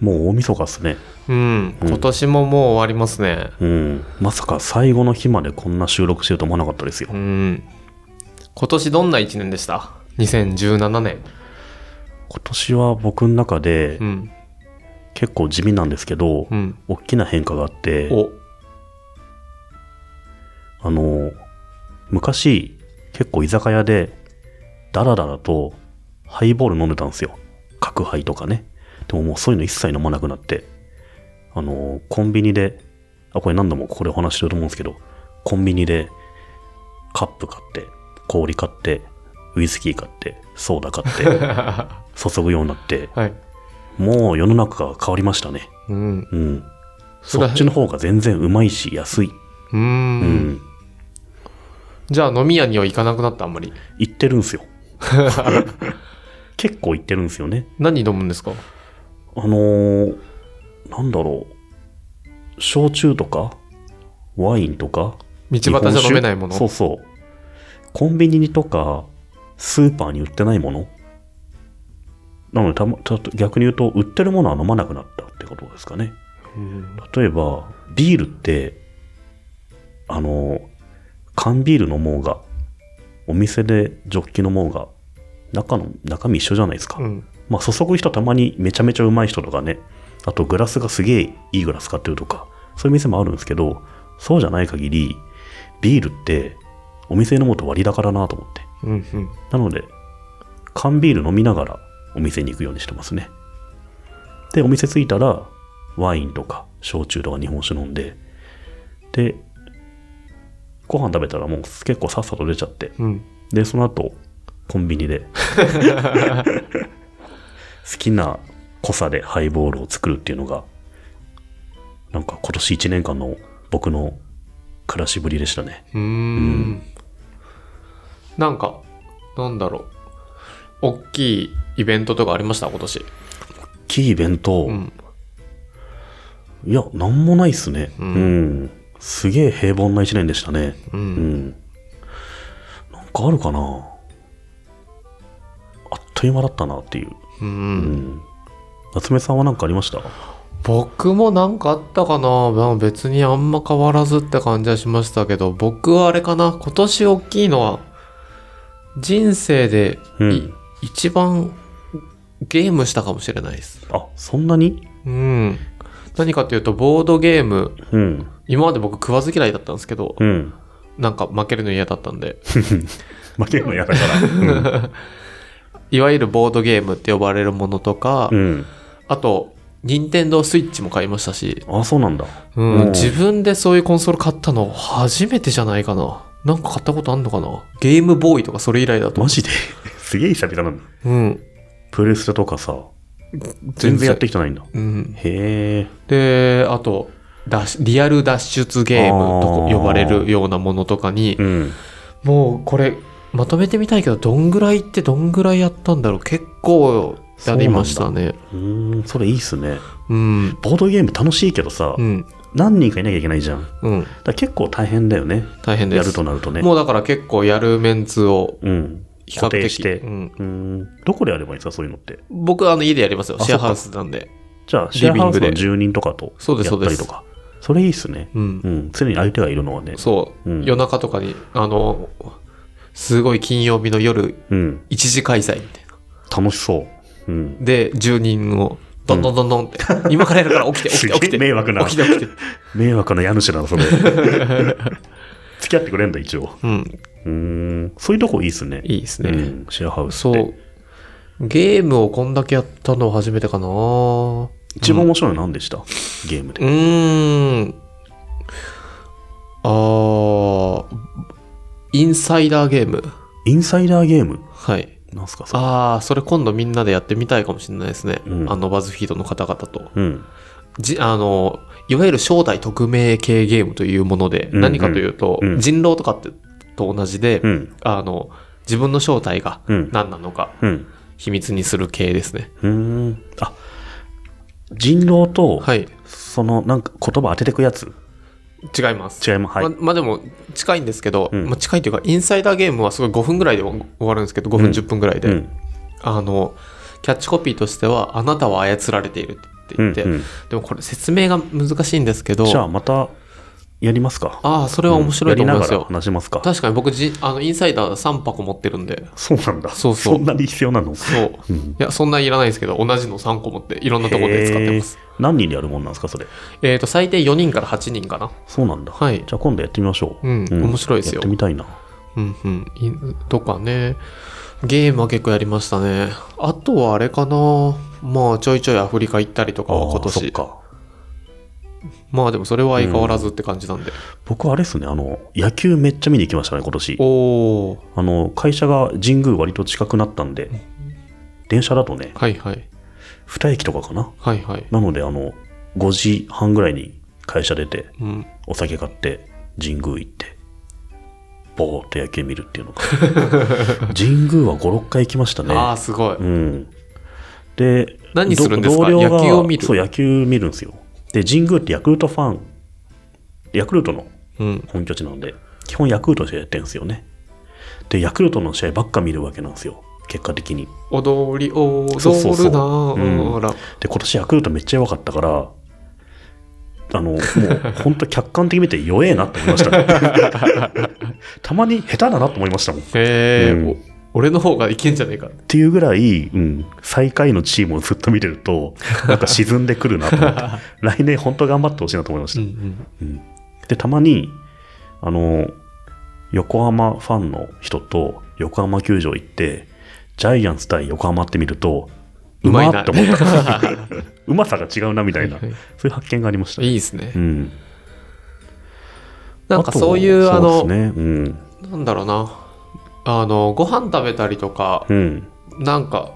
もう大晦日っすね。うん、今年ももう終わりますね。うん。まさか最後の日までこんな収録してると思わなかったですよう。ん。今年どんな1年でした ?2017 年。今年は僕の中でうん。結構地味なんですけどう、ん。大きな変化があって、お。 あの、昔、結構居酒屋で、ダラダラと、ハイボール飲んでたんですよ。角ハイとかね。でももうそういうの一切飲まなくなって、あの、コンビニで、あ、これ何度もここでお話ししてると思うんですけど、コンビニで、カップ買って、氷買って、ウイスキー買って、ソーダ買って、 は注ぐようになって、い。もう世の中が変わりましたね。うん。うん。そそれはっちの方が全然うまいし、安い。う。うんん。じゃあ飲み屋には行かなくなったあんまり。行ってるんす よ。結構行ってるんですよね。何飲むんですかあのーなんだろう。焼酎とか、ワインとか。道端じゃ飲めないも日本酒その。うそう。コンビニとか、スーパーに売ってないもの。なのでたま、たと逆に言うと、売ってるものは飲まなくなったってことですかね。うん例えば、ビールって、あの、缶ビール飲もうが、お店でジョッキ飲もうが、中の、中身一緒じゃないですか。うん。まあ、注ぐ人たまにめちゃめちゃうまい人とかね、あとグラスがすげえいいグラス買ってるとか、そういう店もあるんですけど、そうじゃない限り、ビールって、お店で飲むと割高だなと思って。うん。うん。なので、缶ビール飲みながらお店に行くようにしてますね。で、お店着いたら、ワインとか、焼酎とか日本酒飲んで、で、ご飯食べたらもう結構さっさと出ちゃって、うん。で、その後、コンビニで、 好きな濃さでハイボールを作るっていうのが、なんか今年1年間の僕の暮らしぶりでしたね。うーんなんか、なんだろう。大きいイベントとかありました今年。キーイベント、うん。いや、なんもないっすね。ううんん。すげえ平凡な一年でしたね。う。うんん。なんかあるかなあっという間だったなっていう。うう。んん。夏目さんは何かありました僕もなんかあったかなまあ別にあんま変わらずって感じはしましたけど、僕はあれかな今年大きいのは、人生でうい、ん一番ゲームしたかもしれないです。あ、そんなにうん。何かというと、ボードゲーム、うん。今まで僕食わず嫌いだったんですけど、うん。なんか負けるの嫌だったんで、負けるの嫌だから。いわゆるボードゲームって呼ばれるものとか、うん。あと、任天堂スイッチも買いましたし、あ、そうなんだ。うんうん自分でそういうコンソール買ったの初めてじゃないかな。なんか買ったことあんのかなゲームボーイとかそれ以来だと。マジで すげえ久々なんだ。うん。プレステとかさ、全然やってきてないんだ。うん。へえ。で、あと、脱リアル脱出ゲームとあかー呼ばれるようなものとかにう、ん。もうこれ、まとめてみたいけど、どんぐらいってどんぐらいやったんだろう結構やりましたね。うーん、それいいっすね。うん。ボードゲーム楽しいけどさ、うん。何人かいなきゃいけないじゃん。だかうん。ら結構大変だよね。大変です。やるとなるとね。もうだから結構やるメンツをうん。比較固定的して。う、うんーん。どこでやればいいんですか、そういうのって。僕あの家でやりますよあシェアハウスなんでじゃあ、リシェビンアグでハウスの住人とかとそうですやそっうでたすりとか。それいいっすね。うんうん。常に相手がいるのはね。そう、うん夜中とかにあのすごい金曜日の夜うん。一時開催みたいな楽しそう。うん。で住人をどんどんどんどんって、今からやるから起きて起きて すげえ起きて迷惑な起きて起きて迷惑な家主なの、そ れ。付き合ってくれんだ、一応。うんうーん。そういうとこいいっすね。いいですうね、ん。シェアハウスって。そうゲームをこんだけやったの初めてかなう一番面白いのは何でしたゲームで。ーんあーインサイダーゲームインサイダーゲームはいなんすか、それ。ああ、それ今度みんなでやってみたいかもしれないですね。うんあの、バズフィードの方々と。うん。じ、あの、いわゆる正代匿名系ゲームというもので、うん何かというと、うん人狼とかってと同じで、うん。あの、自分の正体がうん。何なのかうん。秘密にする系ですね。うーん。あ、人狼と、はい。その、なんか言葉当ててくやつ違います。違います。はい。ままあでも近いんですけど、うんまあ、近いというかインサイダーゲームはすごい5分ぐらいで終わるんですけど5う分ん10分ぐらいで、うん。あのキャッチコピーとしては「あなたは操られている」ってう言っんて、うん、でもこれ説明が難しいんですけどじゃあまたやりますか。ああそれは面白いと思いますうんやよりなが、ら話しますか。確かに僕じあのインサイダー3箱持ってるんでそうなんだ。そうそうんなに必要なのそううんいやそんないらないですけど同じの3個持っていろんなところで使ってますへー何人でやるもんなんですか、それ。えっ、と最低4人から8人かなそうなんだ。はいじゃあ今度やってみましょう。うん面白いですやよってみたいな。うんうんいとかねゲームは結構やりましたねあとはあれかなまあちょいちょいアフリカ行ったりとかは今ーそっ年か。まあでもそれは相変わらずって感じなんで、僕、あれですね、あの、野球めっちゃ見に行きましたね、今年お。おあの、会社が神宮割と近くなったんで、電車だとね、はいはい2駅とかかな。はいはいなので、あの、5時半ぐらいに会社出て、うんお酒買って、神宮行って、ぼーっと野球見るっていう のが。神宮は5、6回行きましたね。ああすごい、うん。で、何するんですかど同僚が野球を見るそう、野球見るんですよ。で、神宮ってヤクルトファン、ヤクルトのうん、本拠地なんで、基本ヤクルトの試合やってるんですよね。で、ヤクルトの試合ばっか見るわけなんですよ。結果的に。踊り踊るなそうそうそううんほらで、今年ヤクルトめっちゃ弱かったから、あの、もう、本当客観的に見て弱えなって思いました、 たまに下手だなと思いましたもん。っへえ、うんお俺の方がいけんじゃねえかていうぐらい、うん、最下位のチームをずっと見てると、なんか沈んでくるなと思 って、来年本当頑張ってほしいなと思いましたう。んうんで、たまに、あの、横浜ファンの人と横浜球場行って、ジャイアンツ対横浜って見ると、ううままいいななって思った。 うまさが違うなみたいな、はいはいそういう発見がありましたうん。いいですね、うん。なんかそういうあとのそうですね。うん。なんだろうなあのご飯食べたりとかうん。なんか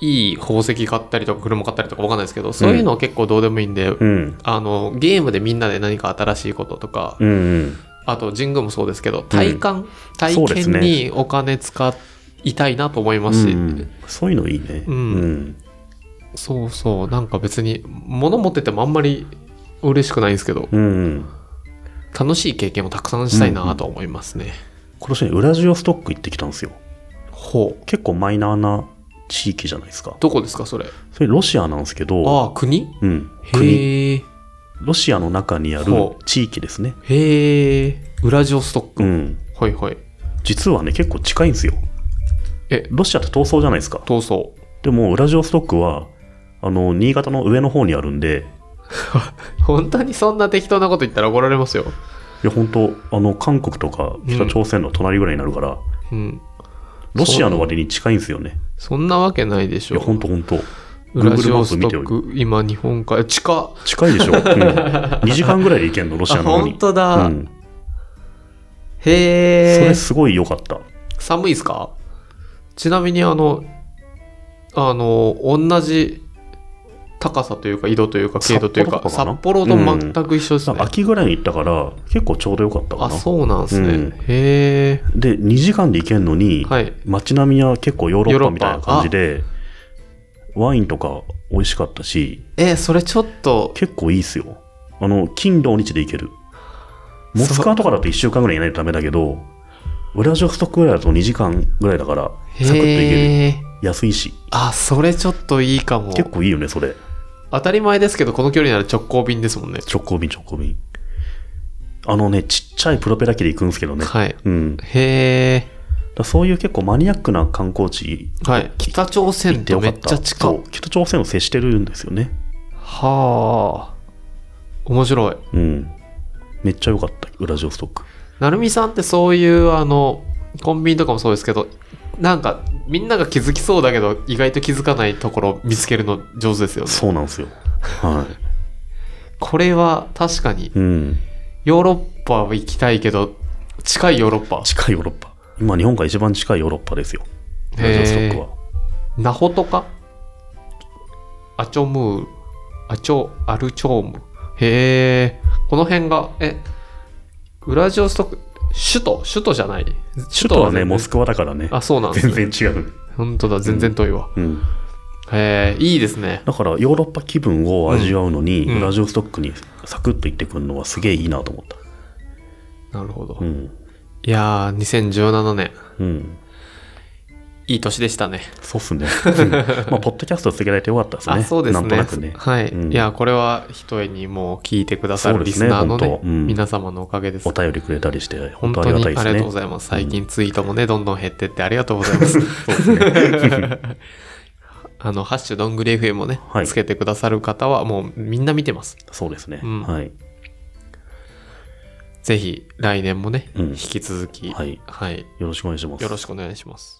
いい宝石買ったりとか車買ったりとかわかんないですけどそういうのは結構どうでもいいんで、うん。あのゲームでみんなで何か新しいこととか、うんうん。あと神宮もそうですけど体感、体そうです験にねお金使いたいなと思いますし、うんうんそういうのいいね。うんうんそうそうなんか別に物持っててもあんまり嬉しくないんですけどうんうん楽しい経験もたくさんしたいなと思いますね、今年ね、ウラジオストック行ってきたんですよ。ほう結構マイナーな地域じゃないですか。どこですかそれそれロシアなんですけど、ああ国うん。国。へえロシアの中にあるほう地域ですね。へえウラジオストック、うん。はいはい実はね、結構近いんですよ。えロシアって闘争じゃないですか。闘争でも、ウラジオストックは、あの、新潟の上の方にあるんで、本当にそんな適当なこと言ったら怒られますよいや、本当あの、韓国とか北朝鮮の隣ぐらいになるから、うんロシアの割に近いんですよね。そんなわけないでしいや、ょ本当本当ウラジ Google マオップス見トてよック今日本海地下近いでし ょ。うん、2時間ぐらいで行けんの、ロシアあの方に本。当だ、うん。そへえれすごい良かった。寒いっすかちなみにあのあの同じ高さというか緯度というか経度というか札札幌幌ととかかな全く一緒ですね、秋ぐらいに行ったから、結構ちょうど良かったかあな。そうなんですね、うんへえで、2時間で行けんのに、はい街並みは結構ヨーロッパみたいな感じヨで、ワインとか美味しかったし、えそれちょっと結構いいっすよ。あの、金土日で行ける。モスクワとかだと1週間ぐらいいないとダメだけど、ウラジオストクぐらいだと2時間ぐらいだから、サクッと行ける。へえ安いし。あそれちょっといいかも結構いいよね、それ。当たり前ですけどこの距離なら直行便ですもんね直行便、直行便。あのね、ちっちゃいプロペラ機で行くんですけどね。はいうん。だかへえらそういう結構マニアックな観光地はい北朝行鮮ってよとかっ。めったちゃ近そいう北朝鮮を接してるんですよね。はあ面白いうん。めっちゃ良かった、ウラジオストック。なるみさんってそういうあのコンビニとかもそうですけどなんかみんなが気づきそうだけど意外と気づかないところを見つけるの上手ですよねそうなんですよ。はこれは確かにい。うん。ヨーロッパは行きたいけど近いヨーロッパ近いヨーロッパ。今、日本が一番近いヨーロッパですよ。ウラジオストックは。ナホとかアチョムーアチョアルチョームへえこの辺がえウラジオストック首都首都じゃない首都はね、全然モスクワだからね。あそうなんです全ね然違う。本当だ全然遠いわ、うん。へえいいですねだから、ヨーロッパ気分を味わうのに、うんウラジオストックにサクッと行ってくるのはすげえいいなと思った。なるほど、うん。いやー、2017年。うん。いい年でしたね。そうっすね。うんまあ、ポッドキャスト続けられてよかったですね。あ、そうですね。なんとなくね。はい。うんいや、これはひとえにもう聞いてくださそるうでリすスねナーのね本、当うん皆様のおかげですお。便りくれたりして、本本当当ありにがあたいりですね。がとうございます。最近ツイートもね、どんどん減ってってありがとうございます。そうですね あの、ハッシュどんぐり FM もね、はいつけてくださる方はもうみんな見てます。そうですね。うんはい。ぜひ来年もね、うん引き続き、はいはい。よろしくお願いしますよ。ろしくお願いします。